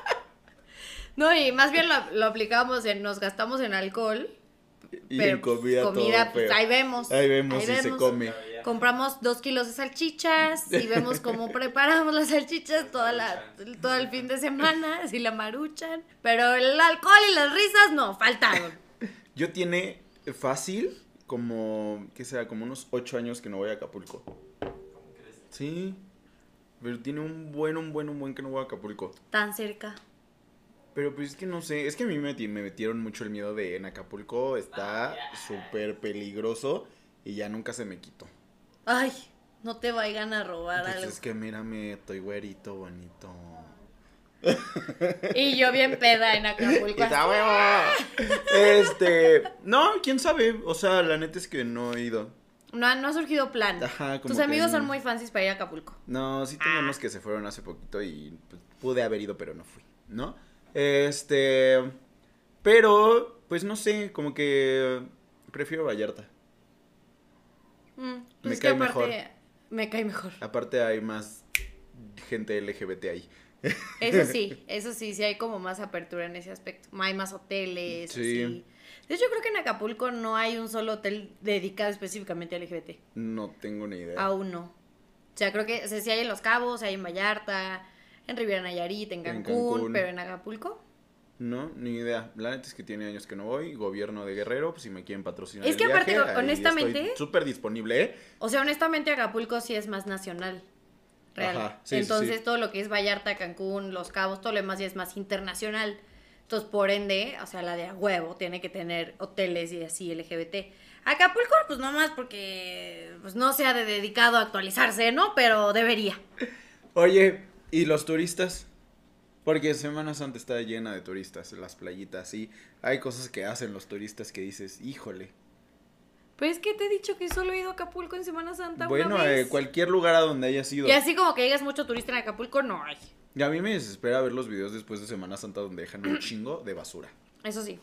[SPEAKER 1] No, y más bien lo, lo aplicamos en, nos gastamos en alcohol,
[SPEAKER 2] Y
[SPEAKER 1] pero,
[SPEAKER 2] en comida,
[SPEAKER 1] pues,
[SPEAKER 2] todo
[SPEAKER 1] pues,
[SPEAKER 2] feo.
[SPEAKER 1] ahí vemos.
[SPEAKER 2] Ahí vemos si se
[SPEAKER 1] vemos.
[SPEAKER 2] come.
[SPEAKER 3] Todavía.
[SPEAKER 1] Compramos dos kilos de salchichas y vemos cómo preparamos las salchichas toda la, todo el fin de semana, si la maruchan. Pero el alcohol y las risas no, faltaron.
[SPEAKER 2] Yo tiene fácil como, ¿qué será? Como unos ocho años que no voy a Acapulco.
[SPEAKER 3] ¿Cómo crees?
[SPEAKER 2] Sí. Pero tiene un buen, un buen, un buen que no voy a Acapulco.
[SPEAKER 1] Tan cerca.
[SPEAKER 2] Pero pues es que no sé, es que a mí me, meti- me metieron mucho el miedo de en Acapulco está
[SPEAKER 3] Ah, ya.
[SPEAKER 2] súper peligroso y ya nunca se me quitó.
[SPEAKER 1] Ay, no te vayan a robar
[SPEAKER 2] Entonces
[SPEAKER 1] algo.
[SPEAKER 2] Pues es que mírame, estoy güerito, bonito.
[SPEAKER 1] Y yo bien peda en Acapulco. así.
[SPEAKER 2] ¡Está huevo! Este, no, quién sabe, o sea, la neta es que no he ido.
[SPEAKER 1] No, ha- no ha surgido plan.
[SPEAKER 2] Ajá, como
[SPEAKER 1] Tus
[SPEAKER 2] que
[SPEAKER 1] amigos
[SPEAKER 2] no.
[SPEAKER 1] son muy fancies para ir a Acapulco.
[SPEAKER 2] No, sí tengo
[SPEAKER 1] Ah.
[SPEAKER 2] unos que se fueron hace poquito y pues, pude haber ido, pero no fui, ¿no? Este, pero, pues no sé, como que prefiero Vallarta.
[SPEAKER 1] Mm, pues
[SPEAKER 2] Me
[SPEAKER 1] es que
[SPEAKER 2] cae
[SPEAKER 1] aparte,
[SPEAKER 2] mejor.
[SPEAKER 1] Me cae mejor.
[SPEAKER 2] Aparte hay más gente LGBT ahí.
[SPEAKER 1] Eso sí, eso sí, sí hay como más apertura en ese aspecto. Hay más hoteles,
[SPEAKER 2] Sí.
[SPEAKER 1] así. De hecho, yo creo que en Acapulco no hay un solo hotel dedicado específicamente al LGBT.
[SPEAKER 2] No tengo ni idea.
[SPEAKER 1] Aún no. O sea, creo que, o sea, sí hay en Los Cabos, hay en Vallarta, en Riviera Nayarit, en
[SPEAKER 2] En
[SPEAKER 1] Cancún,
[SPEAKER 2] Cancún.
[SPEAKER 1] pero en Acapulco.
[SPEAKER 2] No, ni idea. La neta es que tiene años que no voy. Gobierno de Guerrero, pues si me quieren patrocinar.
[SPEAKER 1] Es
[SPEAKER 2] el
[SPEAKER 1] que aparte,
[SPEAKER 2] viaje, ahí
[SPEAKER 1] honestamente-
[SPEAKER 2] estoy Súper disponible, ¿eh?
[SPEAKER 1] O sea, honestamente, Acapulco sí es más nacional. Real.
[SPEAKER 2] Ajá, sí, sí,
[SPEAKER 1] Entonces,
[SPEAKER 2] sí.
[SPEAKER 1] todo lo que es Vallarta, Cancún, Los Cabos, todo lo demás ya es más internacional. Entonces, por ende, o sea, la de a huevo tiene que tener hoteles y así LGBT. Acapulco, pues nomás porque pues, no se ha de- dedicado a actualizarse, ¿no? Pero debería.
[SPEAKER 2] Oye, ¿y los turistas? Porque Semana Santa está llena de turistas, las playitas, y hay cosas que hacen los turistas que dices, híjole.
[SPEAKER 1] Pero Pues, es que te he dicho que solo he ido a Acapulco en Semana Santa.
[SPEAKER 2] Bueno,
[SPEAKER 1] una
[SPEAKER 2] eh,
[SPEAKER 1] vez.
[SPEAKER 2] cualquier lugar a donde hayas ido.
[SPEAKER 1] Y así como que llegas mucho turista en Acapulco, no hay.
[SPEAKER 2] Y a mí me desespera ver los videos después de Semana Santa donde dejan un chingo de basura.
[SPEAKER 1] Eso sí.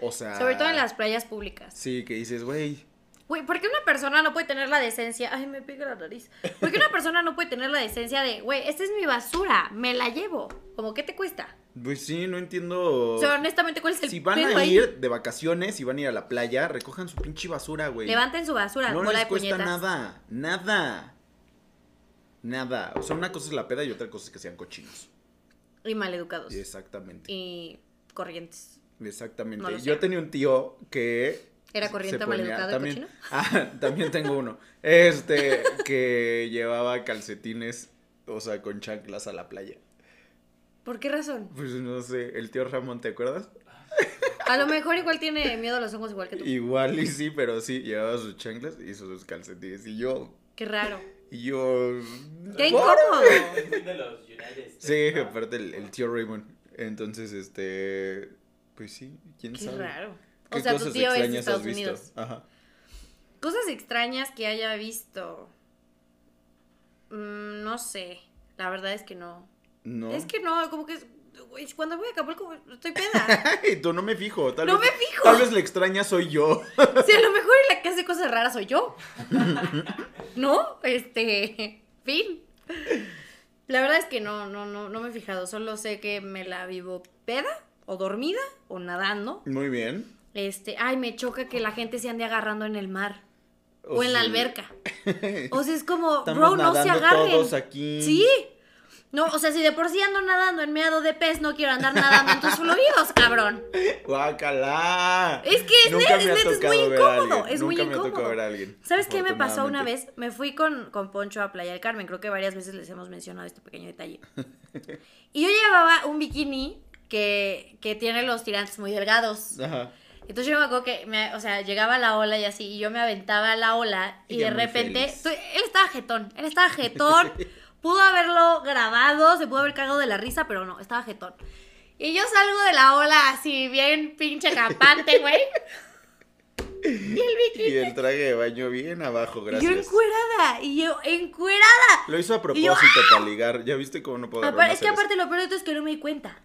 [SPEAKER 2] O sea.
[SPEAKER 1] Sobre todo en las playas públicas.
[SPEAKER 2] Sí, que dices, güey.
[SPEAKER 1] Güey, ¿por qué una persona no puede tener la decencia? Ay, me pica la nariz. ¿Por qué una persona no puede tener la decencia de, güey, esta es mi basura, me la llevo? Como, ¿qué te cuesta?
[SPEAKER 2] Pues sí, no entiendo.
[SPEAKER 1] O sea, honestamente, ¿cuál es el
[SPEAKER 2] Pues, si van
[SPEAKER 1] pedo
[SPEAKER 2] a
[SPEAKER 1] ahí?
[SPEAKER 2] ir de vacaciones, si van a ir a la playa, recojan su pinche basura, güey.
[SPEAKER 1] Levanten su basura,
[SPEAKER 2] No
[SPEAKER 1] bola
[SPEAKER 2] les
[SPEAKER 1] de
[SPEAKER 2] cuesta
[SPEAKER 1] puñetas.
[SPEAKER 2] nada, nada. Nada. O sea, una cosa es la peda y otra cosa es que sean cochinos.
[SPEAKER 1] Y maleducados.
[SPEAKER 2] Exactamente.
[SPEAKER 1] Y corrientes.
[SPEAKER 2] Exactamente.
[SPEAKER 1] No lo
[SPEAKER 2] Yo
[SPEAKER 1] sé.
[SPEAKER 2] tenía un tío que.
[SPEAKER 1] ¿Era
[SPEAKER 2] se
[SPEAKER 1] corriente,
[SPEAKER 2] ponía-
[SPEAKER 1] maleducado y
[SPEAKER 2] también,
[SPEAKER 1] cochino?
[SPEAKER 2] Ah, también tengo uno. Este, que llevaba calcetines, o sea, con chanclas a la playa.
[SPEAKER 1] ¿Por qué razón?
[SPEAKER 2] Pues no sé, el tío Ramón, ¿te acuerdas?
[SPEAKER 1] A lo mejor igual tiene miedo a los hongos igual que tú.
[SPEAKER 2] Igual y sí, pero sí, llevaba sus chanclas y sus calcetines. Y yo,
[SPEAKER 1] Qué raro.
[SPEAKER 2] y yo.
[SPEAKER 1] Qué
[SPEAKER 2] ¿por?
[SPEAKER 1] incómodo.
[SPEAKER 3] Es muy de los United States.
[SPEAKER 2] Sí,
[SPEAKER 3] ¿no?
[SPEAKER 2] aparte el, el tío Raymond. Entonces, este. Pues sí, quién
[SPEAKER 1] Qué
[SPEAKER 2] sabe.
[SPEAKER 1] raro. O
[SPEAKER 2] ¿Qué
[SPEAKER 1] sea, tu
[SPEAKER 2] cosas
[SPEAKER 1] tío es de
[SPEAKER 2] extrañas has
[SPEAKER 1] Estados
[SPEAKER 2] visto?
[SPEAKER 1] Unidos.
[SPEAKER 2] Ajá.
[SPEAKER 1] Cosas extrañas que haya visto. Mm, no sé. La verdad es que no.
[SPEAKER 2] No.
[SPEAKER 1] Es que no, como que es- güey, cuando voy a Acapulco estoy peda.
[SPEAKER 2] Ay, tú no me fijo. Tal
[SPEAKER 1] No
[SPEAKER 2] vez,
[SPEAKER 1] me fijo.
[SPEAKER 2] Tal vez la extraña soy yo.
[SPEAKER 1] si a lo mejor la que hace cosas raras soy yo. ¿No? Este, fin. La verdad es que no, no, no, no me he fijado. Solo sé que me la vivo peda o dormida o nadando.
[SPEAKER 2] Muy bien.
[SPEAKER 1] Este, ay, me choca que la gente se ande agarrando en el mar o,
[SPEAKER 2] sea,
[SPEAKER 1] en la alberca. O sea, es como,
[SPEAKER 2] Estamos
[SPEAKER 1] bro, no se
[SPEAKER 2] nadando
[SPEAKER 1] agarren.
[SPEAKER 2] todos aquí.
[SPEAKER 1] Sí. No, o sea, si de por sí ando nadando en meado de pez, no quiero andar nadando en tus fluidos, cabrón.
[SPEAKER 2] Guácala.
[SPEAKER 1] Es que es
[SPEAKER 2] Nunca
[SPEAKER 1] net-
[SPEAKER 2] me ha
[SPEAKER 1] es net, es
[SPEAKER 2] tocado
[SPEAKER 1] muy
[SPEAKER 2] ver a
[SPEAKER 1] incómodo,
[SPEAKER 2] alguien,
[SPEAKER 1] es muy
[SPEAKER 2] Nunca me ha tocado
[SPEAKER 1] incómodo.
[SPEAKER 2] ver a alguien.
[SPEAKER 1] ¿Sabes qué me pasó una
[SPEAKER 2] afortunadamente.
[SPEAKER 1] vez? Me fui con, con Poncho a Playa del Carmen. Creo que varias veces les hemos mencionado este pequeño detalle. Y yo llevaba un bikini que, que tiene los tirantes muy delgados.
[SPEAKER 2] Ajá.
[SPEAKER 1] Entonces yo me acuerdo que, me- o sea, llegaba la ola y así, y yo me aventaba a la ola y,
[SPEAKER 2] Y
[SPEAKER 1] de
[SPEAKER 2] ya muy
[SPEAKER 1] repente,
[SPEAKER 2] feliz.
[SPEAKER 1] tú- él estaba jetón, él estaba jetón, pudo haberlo grabado, se pudo haber cagado de la risa, pero no, estaba jetón. Y yo salgo de la ola así, bien pinche campante, güey. Y el bikini.
[SPEAKER 2] Y el traje de baño bien abajo,
[SPEAKER 1] Y yo
[SPEAKER 2] gracias.
[SPEAKER 1] encuerada, y yo encuerada.
[SPEAKER 2] Lo hizo a propósito para ligar. Ya viste cómo no puedo
[SPEAKER 1] Apar- ¡ah! es que aparte lo peor de todo es que no me di cuenta.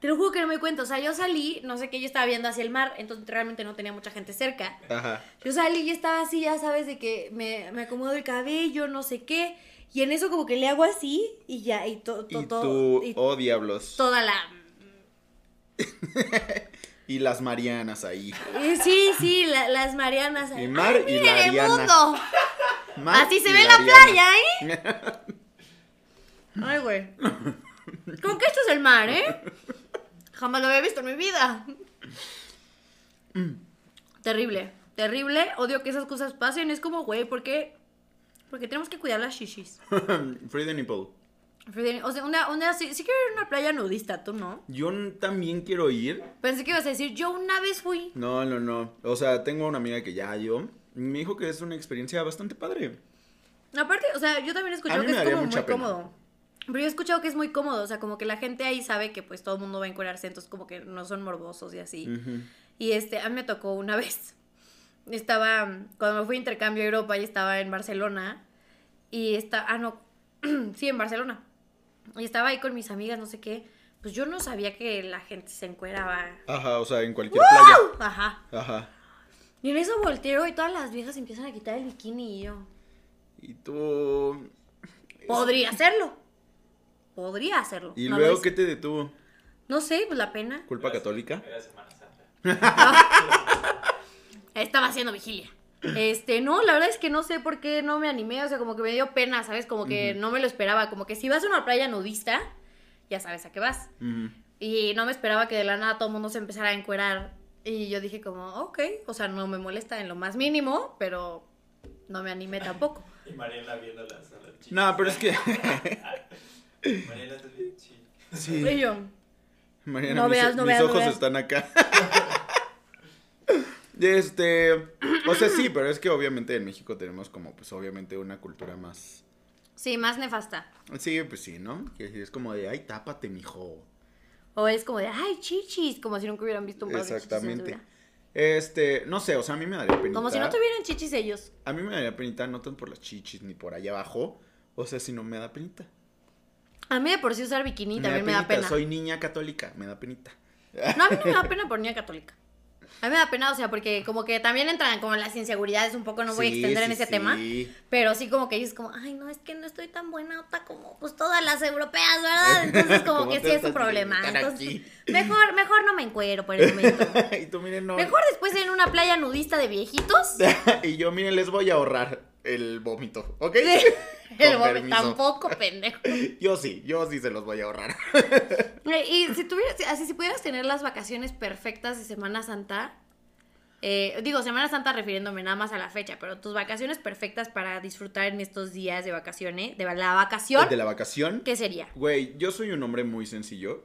[SPEAKER 1] Te lo juro que no me di cuenta. O sea, yo salí, no sé qué, yo estaba viendo hacia el mar, entonces realmente no tenía mucha gente cerca.
[SPEAKER 2] Ajá.
[SPEAKER 1] Yo salí y estaba así, ya sabes, de que me, me acomodo el cabello, no sé qué. Y en eso como que le hago así y ya, y todo,
[SPEAKER 2] Y
[SPEAKER 1] todo,
[SPEAKER 2] tú, oh diablos.
[SPEAKER 1] toda la...
[SPEAKER 2] Y las Marianas ahí.
[SPEAKER 1] Eh, Sí, sí, la- las Marianas.
[SPEAKER 2] Mi mar y
[SPEAKER 1] miren
[SPEAKER 2] la
[SPEAKER 1] el
[SPEAKER 2] Ariana.
[SPEAKER 1] mundo!
[SPEAKER 2] Mar
[SPEAKER 1] así se
[SPEAKER 2] y
[SPEAKER 1] ve la
[SPEAKER 2] Ariana.
[SPEAKER 1] playa, ¿eh? Ay, güey. Con que esto es el mar, ¿eh? Jamás lo había visto en mi vida. Terrible, terrible. Odio que esas cosas pasen. Es como, güey, ¿por qué? Porque tenemos que cuidar las shishis.
[SPEAKER 2] Free the nipple.
[SPEAKER 1] Frida, O sea, una, una, sí, sí quiero ir a una playa nudista, tú no.
[SPEAKER 2] Yo n- también quiero ir.
[SPEAKER 1] Pensé que ibas a decir, yo una vez fui.
[SPEAKER 2] No, no, no. O sea, tengo una amiga que ya yo. Me dijo que es una experiencia bastante padre.
[SPEAKER 1] Aparte, o sea, yo también he
[SPEAKER 2] A
[SPEAKER 1] escuchado
[SPEAKER 2] mí
[SPEAKER 1] que
[SPEAKER 2] me
[SPEAKER 1] es
[SPEAKER 2] daría
[SPEAKER 1] como muy
[SPEAKER 2] mucha pena.
[SPEAKER 1] cómodo. Pero yo he escuchado que es muy cómodo, o sea, como que la gente ahí sabe que pues todo el mundo va a encuerarse, entonces como que no son morbosos y así.
[SPEAKER 2] Ujú.
[SPEAKER 1] Y este, a mí me tocó una vez. Estaba, mm, cuando me fui a intercambio a Europa, y estaba en Barcelona. Y estaba, ah, no, sí, en Barcelona. Y estaba ahí con mis amigas, no sé qué. Pues yo no sabía que la gente se encueraba.
[SPEAKER 2] Ajá, o sea, en cualquier playa.
[SPEAKER 1] Ajá.
[SPEAKER 2] Ajá.
[SPEAKER 1] Y en eso volteo y todas las viejas empiezan a quitar el bikini y yo.
[SPEAKER 2] Y tú.
[SPEAKER 1] Podría hacerlo. Podría hacerlo.
[SPEAKER 2] Y
[SPEAKER 1] No lo
[SPEAKER 2] luego,
[SPEAKER 1] hice.
[SPEAKER 2] ¿qué te detuvo?
[SPEAKER 1] No sé, pues la pena.
[SPEAKER 2] ¿Culpa
[SPEAKER 3] Era-
[SPEAKER 2] católica?
[SPEAKER 3] Era Semana Santa.
[SPEAKER 1] Estaba haciendo vigilia. Este, no, la verdad es que no sé por qué no me animé, o sea, como que me dio pena, ¿sabes? Como que no me lo esperaba, como que si vas a una playa nudista, ya sabes a qué vas.
[SPEAKER 2] Ujú.
[SPEAKER 1] Y no me esperaba que de la nada todo el mundo se empezara a encuerar. Y yo dije como, ok, o sea, no me molesta en lo más mínimo, pero no me animé tampoco.
[SPEAKER 3] Y Mariela viéndolas a las chicas.
[SPEAKER 2] No, pero es que.
[SPEAKER 3] Mariela estás bien chica.
[SPEAKER 2] sí.
[SPEAKER 1] Y yo,
[SPEAKER 2] Mariana,
[SPEAKER 1] No
[SPEAKER 2] mis,
[SPEAKER 1] veas, no
[SPEAKER 2] mis
[SPEAKER 1] veas, no
[SPEAKER 2] ojos
[SPEAKER 1] veas.
[SPEAKER 2] están acá. este, o sea, sí, pero es que obviamente en México tenemos como, pues obviamente una cultura más.
[SPEAKER 1] sí, más nefasta.
[SPEAKER 2] Sí, pues sí, ¿no? Que es como de, ay, tápate, mijo.
[SPEAKER 1] O es como de, ay, chichis, como si nunca hubieran visto un par de chichis en su
[SPEAKER 2] Exactamente.
[SPEAKER 1] vida.
[SPEAKER 2] Este, no sé, o sea, a mí me daría penita.
[SPEAKER 1] Como si no tuvieran chichis ellos.
[SPEAKER 2] A mí me daría penita no tanto por las chichis ni por allá abajo. O sea, si no me da penita.
[SPEAKER 1] A mí de por sí usar bikini también me da
[SPEAKER 2] penita,
[SPEAKER 1] pena.
[SPEAKER 2] Soy niña católica, me da penita.
[SPEAKER 1] No, a mí no me da pena por niña católica. A mí me da pena, o sea, porque como que también entran como las inseguridades un poco, no voy a
[SPEAKER 2] Sí,
[SPEAKER 1] extender en
[SPEAKER 2] sí,
[SPEAKER 1] ese
[SPEAKER 2] sí.
[SPEAKER 1] tema. Pero sí como que dices como, ay, no, es que no estoy tan buena ota como pues todas las europeas, ¿verdad? Entonces como
[SPEAKER 2] ¿Cómo
[SPEAKER 1] que
[SPEAKER 2] te
[SPEAKER 1] sí es un
[SPEAKER 2] estás
[SPEAKER 1] problema.
[SPEAKER 2] limitando
[SPEAKER 1] Entonces,
[SPEAKER 2] aquí?
[SPEAKER 1] mejor, mejor no me encuero por el momento.
[SPEAKER 2] y tú, miren, no.
[SPEAKER 1] Mejor después en una playa nudista de viejitos.
[SPEAKER 2] y yo, miren, les voy a ahorrar el vómito, ¿ok?
[SPEAKER 1] El
[SPEAKER 2] Con
[SPEAKER 1] bobe
[SPEAKER 2] permiso.
[SPEAKER 1] tampoco, pendejo.
[SPEAKER 2] Yo sí, yo sí se los voy a ahorrar.
[SPEAKER 1] Eh, Y si tuvieras, así si pudieras tener las vacaciones perfectas de Semana Santa, eh, digo Semana Santa refiriéndome nada más a la fecha, pero tus vacaciones perfectas para disfrutar en estos días de vacaciones, de la vacación,
[SPEAKER 2] De la vacación.
[SPEAKER 1] ¿qué sería?
[SPEAKER 2] Güey, yo soy un hombre muy sencillo.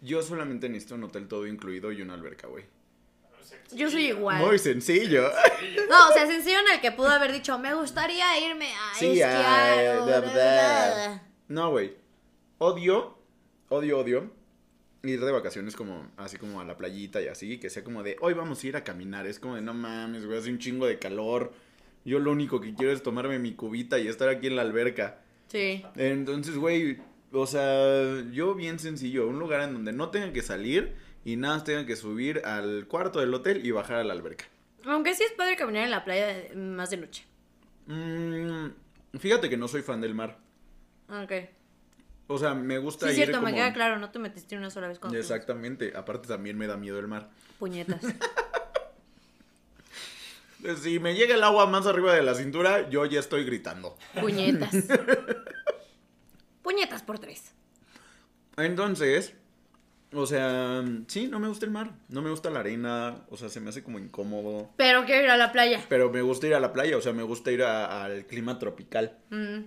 [SPEAKER 2] Yo solamente necesito un hotel todo incluido y una alberca, güey.
[SPEAKER 1] Yo soy igual.
[SPEAKER 2] Muy sencillo.
[SPEAKER 1] No, o sea, sencillo en el que pudo haber dicho, me gustaría irme a
[SPEAKER 2] Sí,
[SPEAKER 1] esquiar
[SPEAKER 2] ay,
[SPEAKER 1] o bla,
[SPEAKER 2] de
[SPEAKER 1] bla,
[SPEAKER 2] verdad.
[SPEAKER 1] bla".
[SPEAKER 2] No, güey. Odio, odio, odio. Ir de vacaciones como, así como a la playita y así, que sea como de, hoy vamos a ir a caminar. Es como de, no mames, güey, hace un chingo de calor. Yo lo único que quiero es tomarme mi cubita y estar aquí en la alberca.
[SPEAKER 1] Sí.
[SPEAKER 2] Entonces, güey, o sea, yo bien sencillo, un lugar en donde no tengan que salir y nada, más tengan que subir al cuarto del hotel y bajar a la alberca.
[SPEAKER 1] Aunque sí es padre caminar en la playa de- más de noche.
[SPEAKER 2] Mm, fíjate que no soy fan del mar.
[SPEAKER 1] Ok.
[SPEAKER 2] O sea, me gusta
[SPEAKER 1] Sí, es
[SPEAKER 2] ir
[SPEAKER 1] cierto, me
[SPEAKER 2] como-
[SPEAKER 1] queda claro, no te metiste una sola vez con
[SPEAKER 2] Exactamente, aparte también me da miedo el mar.
[SPEAKER 1] puñetas.
[SPEAKER 2] Si me llega el agua más arriba de la cintura, yo ya estoy gritando.
[SPEAKER 1] Puñetas. Puñetas por tres.
[SPEAKER 2] Entonces, o sea, sí, no me gusta el mar, no me gusta la arena, o sea, se me hace como incómodo.
[SPEAKER 1] Pero quiero ir a la playa.
[SPEAKER 2] Pero me gusta ir a la playa, o sea, me gusta ir a- al clima tropical.
[SPEAKER 1] Mm.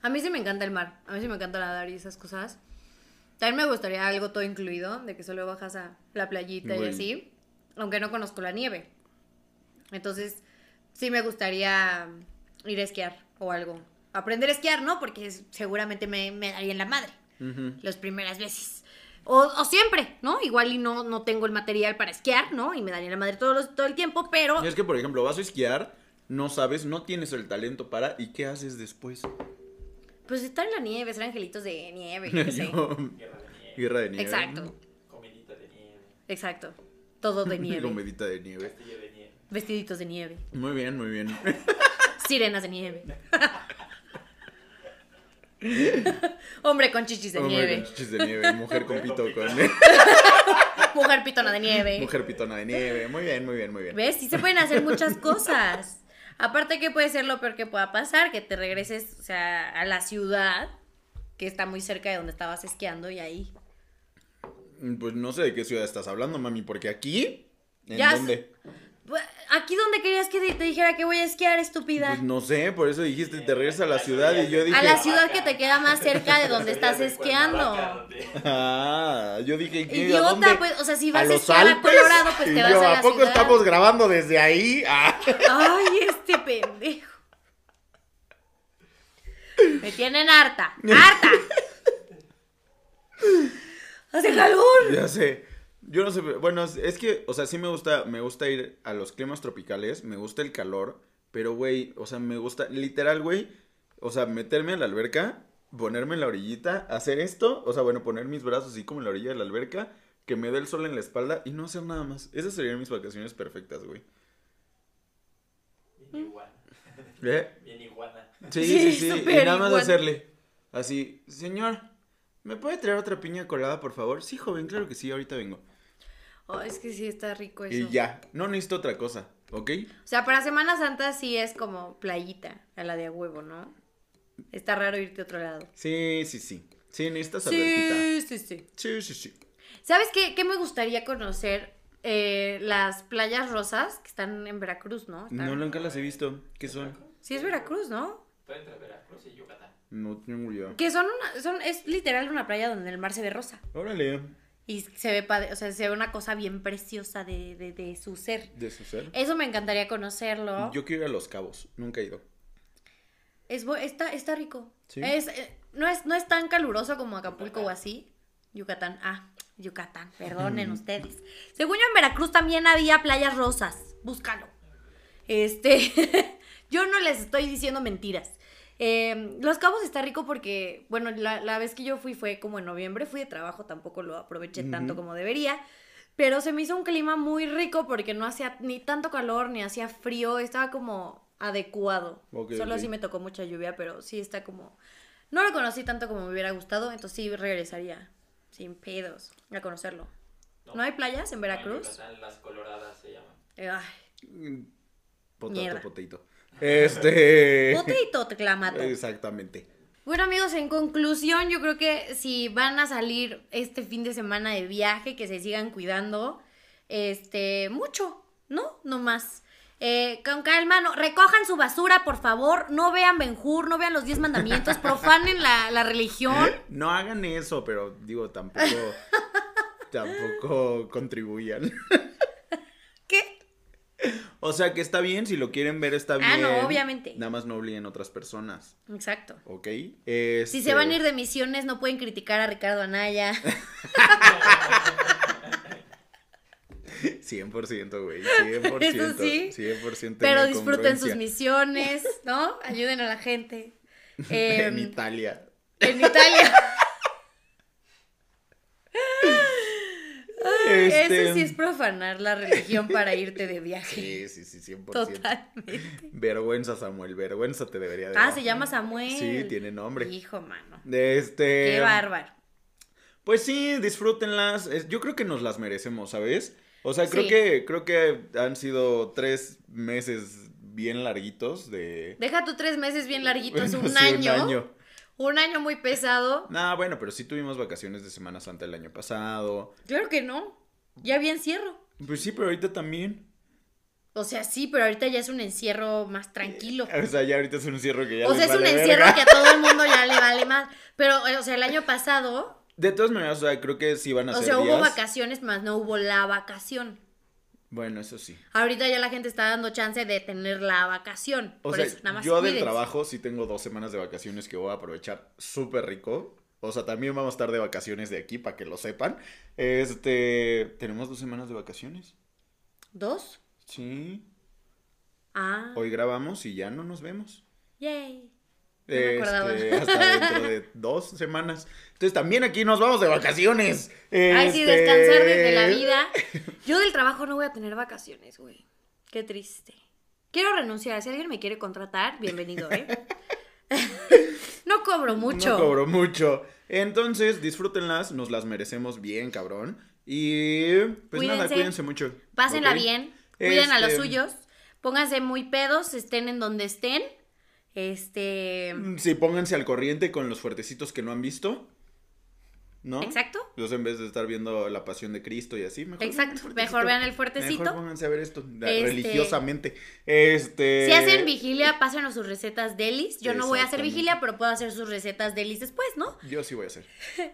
[SPEAKER 1] A mí sí me encanta el mar. A mí sí me encanta nadar y esas cosas. También me gustaría algo todo incluido, de que solo bajas a la playita y
[SPEAKER 2] Güey.
[SPEAKER 1] así. Aunque no conozco la nieve. Entonces, sí me gustaría ir a esquiar o algo. Aprender a esquiar, ¿no? Porque es- seguramente me, me daría en la madre
[SPEAKER 2] Ujú.
[SPEAKER 1] las primeras veces. O, o siempre, ¿no? Igual y no, no tengo el material para esquiar, ¿no? Y me daría en la madre todos los- todo el tiempo, pero...
[SPEAKER 2] Y es que, por ejemplo, vas a esquiar, no sabes, no tienes el talento para, ¿y qué haces después?
[SPEAKER 1] Pues estar en la nieve, ser angelitos de nieve, yo qué sé.
[SPEAKER 2] Yo-
[SPEAKER 3] Guerra de nieve.
[SPEAKER 2] Guerra de nieve.
[SPEAKER 1] Exacto,
[SPEAKER 3] Comidita de nieve.
[SPEAKER 1] exacto. Todo de nieve.
[SPEAKER 2] Comedita de nieve.
[SPEAKER 3] Castillo de nieve.
[SPEAKER 1] Vestiditos de nieve.
[SPEAKER 2] Muy bien, muy bien.
[SPEAKER 1] Sirenas de nieve. Hombre con chichis de
[SPEAKER 2] Hombre
[SPEAKER 1] nieve.
[SPEAKER 2] con chichis de nieve, mujer con pito con
[SPEAKER 1] Mujer pitona de nieve.
[SPEAKER 2] mujer pitona de nieve. Muy bien, muy bien, muy bien.
[SPEAKER 1] ¿Ves? Sí se pueden hacer muchas cosas. Aparte que puede ser lo peor que pueda pasar, que te regreses, o sea, a la ciudad, que está muy cerca de donde estabas esquiando y ahí.
[SPEAKER 2] Pues no sé de qué ciudad estás hablando, mami, porque aquí ¿en
[SPEAKER 1] Ya sé.
[SPEAKER 2] dónde?
[SPEAKER 1] Pues, ¿Aquí donde querías que te dijera que voy a esquiar, estúpida?
[SPEAKER 2] Pues no sé, por eso dijiste te regresas a la ciudad y yo dije,
[SPEAKER 1] a la ciudad que te queda más cerca de donde estás esquiando.
[SPEAKER 2] ah, yo dije, ¿y qué? ¿A dónde?
[SPEAKER 1] Idiota, pues, o sea, si vas a,
[SPEAKER 2] los
[SPEAKER 1] esquiar a
[SPEAKER 2] Alpes?
[SPEAKER 1] Colorado, pues
[SPEAKER 2] Y
[SPEAKER 1] te vas
[SPEAKER 2] yo,
[SPEAKER 1] a la
[SPEAKER 2] ¿A poco
[SPEAKER 1] ciudad.
[SPEAKER 2] estamos grabando desde ahí? Ah.
[SPEAKER 1] Ay, este pendejo. Me tienen harta, harta. Hace calor.
[SPEAKER 2] Ya sé. Yo no sé, pero- bueno, es- es que, o sea, sí me gusta, me gusta ir a los climas tropicales, me gusta el calor, pero güey, o sea, me gusta, literal, güey, o sea, meterme a la alberca, ponerme en la orillita, hacer esto, o sea, bueno, poner mis brazos así como en la orilla de la alberca, que me dé el sol en la espalda y no hacer nada más. Esas serían mis vacaciones perfectas, güey.
[SPEAKER 3] Bien iguana.
[SPEAKER 2] ¿Eh?
[SPEAKER 3] Bien iguana.
[SPEAKER 2] Sí,
[SPEAKER 1] Sí,
[SPEAKER 2] sí, sí, y
[SPEAKER 1] súper
[SPEAKER 2] nada más
[SPEAKER 1] igual.
[SPEAKER 2] hacerle. Así, señor, ¿me puede traer otra piña colada, por favor? Sí, joven, claro que sí, ahorita vengo.
[SPEAKER 1] Oh, es que sí está rico eso.
[SPEAKER 2] Y ya, no necesito otra cosa, ¿ok?
[SPEAKER 1] O sea, para Semana Santa sí es como playita, a la de a huevo, ¿no? Está raro irte a otro lado.
[SPEAKER 2] Sí, sí, sí. Sí, necesitas saber
[SPEAKER 1] Sí, sí, sí.
[SPEAKER 2] Sí, sí, sí.
[SPEAKER 1] ¿Sabes qué, qué me gustaría conocer? Eh, las playas rosas que están en Veracruz, ¿no? Están-
[SPEAKER 2] No, nunca las he visto. ¿Qué son?
[SPEAKER 1] Sí, es Veracruz, ¿no?
[SPEAKER 3] Fue entre Veracruz y Yucatán.
[SPEAKER 2] No tengo idea.
[SPEAKER 1] Que son una, son, es literal una playa donde el mar se ve rosa.
[SPEAKER 2] Órale.
[SPEAKER 1] Y se ve, padre- o sea, se ve una cosa bien preciosa de, de, de su ser.
[SPEAKER 2] De su ser.
[SPEAKER 1] Eso me encantaría conocerlo.
[SPEAKER 2] Yo quiero ir a Los Cabos. Nunca he ido.
[SPEAKER 1] Es, bu- está, está rico.
[SPEAKER 2] Sí.
[SPEAKER 1] Es, eh, no, es, no es tan caluroso como Acapulco o así. Yucatán. Ah, Yucatán. Perdonen ustedes. Según yo, en Veracruz también había playas rosas. Búscalo. Este. yo no les estoy diciendo mentiras. Eh, Los Cabos está rico porque, bueno, la, la vez que yo fui fue como en noviembre, fui de trabajo, tampoco lo aproveché tanto
[SPEAKER 2] Ujú.
[SPEAKER 1] como debería, pero se me hizo un clima muy rico porque no hacía ni tanto calor ni hacía frío, estaba como adecuado.
[SPEAKER 2] Ok,
[SPEAKER 1] Solo
[SPEAKER 2] ok.
[SPEAKER 1] sí me tocó mucha lluvia, pero sí está como... No lo conocí tanto como me hubiera gustado, entonces sí regresaría sin pedos a conocerlo. ¿No hay playas en
[SPEAKER 3] No, en
[SPEAKER 1] Veracruz?
[SPEAKER 3] Yucatán las coloradas se llaman.
[SPEAKER 1] Eh, ay,
[SPEAKER 2] Potato,
[SPEAKER 1] Mierda.
[SPEAKER 2] potato. Este.
[SPEAKER 1] Potato, clamato.
[SPEAKER 2] Exactamente.
[SPEAKER 1] Bueno amigos, en conclusión, yo creo que si van a salir este fin de semana de viaje, que se sigan cuidando, este, mucho, ¿no? No más. Eh, con calma, no, recojan su basura, por favor, no vean Benjur, no vean los diez mandamientos, profanen la, la religión.
[SPEAKER 2] No hagan eso, pero digo, tampoco. tampoco contribuyan.
[SPEAKER 1] ¿Qué?
[SPEAKER 2] O sea que está bien, si lo quieren ver está bien.
[SPEAKER 1] Ah, no, obviamente.
[SPEAKER 2] Nada más no obliguen a otras personas,
[SPEAKER 1] Exacto.
[SPEAKER 2] ¿ok?
[SPEAKER 1] Si
[SPEAKER 2] Este,
[SPEAKER 1] se van a ir de misiones, no pueden criticar a Ricardo Anaya.
[SPEAKER 2] 100%, güey, 100%.
[SPEAKER 1] Eso sí.
[SPEAKER 2] 100%
[SPEAKER 1] Pero
[SPEAKER 2] de
[SPEAKER 1] disfruten sus
[SPEAKER 2] congruencia.
[SPEAKER 1] misiones, ¿no? Ayuden a la gente. Em,
[SPEAKER 2] En Italia.
[SPEAKER 1] en Italia.
[SPEAKER 2] Este,
[SPEAKER 1] Eso sí es profanar la religión para irte de viaje.
[SPEAKER 2] mm. Sí, sí, sí, 100%.
[SPEAKER 1] Totalmente.
[SPEAKER 2] Vergüenza, Samuel, vergüenza te debería de
[SPEAKER 1] Ah,
[SPEAKER 2] dar.
[SPEAKER 1] se llama Samuel.
[SPEAKER 2] mm, Sí, tiene nombre.
[SPEAKER 1] Hijo, mano.
[SPEAKER 2] Este.
[SPEAKER 1] Qué bárbaro.
[SPEAKER 2] Pues sí, disfrútenlas. Es- Yo creo que nos las merecemos, ¿sabes? O sea, creo
[SPEAKER 1] Sí.
[SPEAKER 2] que creo que han sido tres meses bien larguitos de.
[SPEAKER 1] Deja tu tres meses bien larguitos,
[SPEAKER 2] Bueno,
[SPEAKER 1] un,
[SPEAKER 2] sí,
[SPEAKER 1] año, un año. muy pesado.
[SPEAKER 2] Nah, bueno, pero sí tuvimos vacaciones de Semana Santa el año pasado.
[SPEAKER 1] Claro que no. Ya había encierro.
[SPEAKER 2] Pues sí, pero ahorita también.
[SPEAKER 1] O sea, sí, pero ahorita ya es un encierro más tranquilo.
[SPEAKER 2] O sea, ya ahorita es un encierro que Eh, ya.
[SPEAKER 1] O
[SPEAKER 2] les
[SPEAKER 1] sea, es un
[SPEAKER 2] vale
[SPEAKER 1] encierro
[SPEAKER 2] verga.
[SPEAKER 1] que a todo el mundo ya le vale más. Pero, eh, o sea, el año pasado,
[SPEAKER 2] De todas maneras, o sea, creo que sí van a
[SPEAKER 1] o
[SPEAKER 2] ser
[SPEAKER 1] sea, hubo
[SPEAKER 2] días.
[SPEAKER 1] vacaciones, más no hubo la vacación.
[SPEAKER 2] Bueno, eso sí.
[SPEAKER 1] Ahorita ya la gente está dando chance de tener la vacación.
[SPEAKER 2] O
[SPEAKER 1] por
[SPEAKER 2] sea,
[SPEAKER 1] eso, nada más
[SPEAKER 2] yo del
[SPEAKER 1] cuídense.
[SPEAKER 2] trabajo sí tengo dos semanas de vacaciones que voy a aprovechar súper rico. O sea, también vamos a estar de vacaciones de aquí para que lo sepan. Este, tenemos dos semanas de vacaciones.
[SPEAKER 1] ¿Dos?
[SPEAKER 2] Sí.
[SPEAKER 1] Ah.
[SPEAKER 2] Hoy grabamos y ya no nos vemos.
[SPEAKER 1] Yay. No me acordaba.
[SPEAKER 2] Este, hasta dentro de dos semanas. Entonces también aquí nos vamos de vacaciones.
[SPEAKER 1] Ay, sí,
[SPEAKER 2] Este,
[SPEAKER 1] descansar desde la vida. Yo del trabajo no voy a tener vacaciones, güey. Qué triste. Quiero renunciar. Si alguien me quiere contratar, bienvenido, ¿eh? no cobro mucho.
[SPEAKER 2] No cobro mucho. Entonces, disfrútenlas, nos las merecemos bien, cabrón. Y pues nada,
[SPEAKER 1] Cuídense.
[SPEAKER 2] cuídense mucho.
[SPEAKER 1] Pásenla
[SPEAKER 2] ¿ok?
[SPEAKER 1] bien. Cuiden a los
[SPEAKER 2] Este,
[SPEAKER 1] suyos. Pónganse muy pedos, estén en donde estén. Este.
[SPEAKER 2] Sí, pónganse al corriente con los fuertecitos que no han visto. ¿No?
[SPEAKER 1] Exacto.
[SPEAKER 2] Entonces, en vez de estar viendo la pasión de Cristo y así, mejor. vean
[SPEAKER 1] Exacto,
[SPEAKER 2] El
[SPEAKER 1] mejor vean el fuertecito.
[SPEAKER 2] Mejor pónganse a ver esto la-
[SPEAKER 1] Este-
[SPEAKER 2] religiosamente. Este.
[SPEAKER 1] Si hacen vigilia, pásenos sus recetas delis. Yo no voy a hacer
[SPEAKER 2] Exactamente.
[SPEAKER 1] vigilia, pero puedo hacer sus recetas delis después, ¿no?
[SPEAKER 2] Yo sí voy a hacer.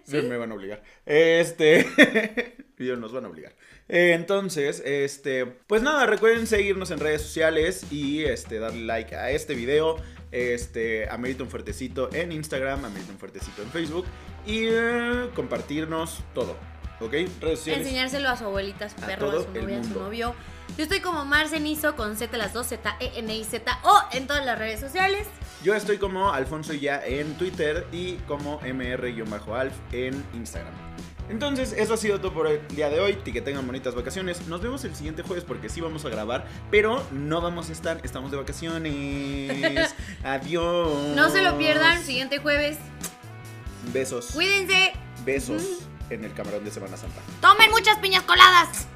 [SPEAKER 2] Me van a obligar. Este. Yo nos van a obligar. Eh, Entonces, este. Pues nada, recuerden seguirnos en redes sociales y este, darle like a este video. Este, amerita un fuertecito en Instagram, amerita un fuertecito en Facebook. Y eh, compartirnos todo. ¿Ok? Redes sociales.
[SPEAKER 1] Enseñárselo a su abuelita, a su
[SPEAKER 2] A
[SPEAKER 1] perro, a,
[SPEAKER 2] todo
[SPEAKER 1] su
[SPEAKER 2] el
[SPEAKER 1] novia, a su
[SPEAKER 2] mundo.
[SPEAKER 1] novio. Yo estoy como Marcenizo con Z las dos, Z E N I Z O en todas las redes sociales.
[SPEAKER 2] Yo estoy como Alfonso ya en Twitter y como MR-Alf en Instagram. Entonces, eso ha sido todo por el día de hoy. Y que tengan bonitas vacaciones. Nos vemos el siguiente jueves porque sí vamos a grabar, pero no vamos a estar. Estamos de vacaciones. Adiós.
[SPEAKER 1] No se lo
[SPEAKER 2] Mm.
[SPEAKER 1] pierdan, siguiente jueves.
[SPEAKER 2] Besos.
[SPEAKER 1] Cuídense,
[SPEAKER 2] Besos en el camarón de Semana Santa.
[SPEAKER 1] tomen muchas piñas coladas.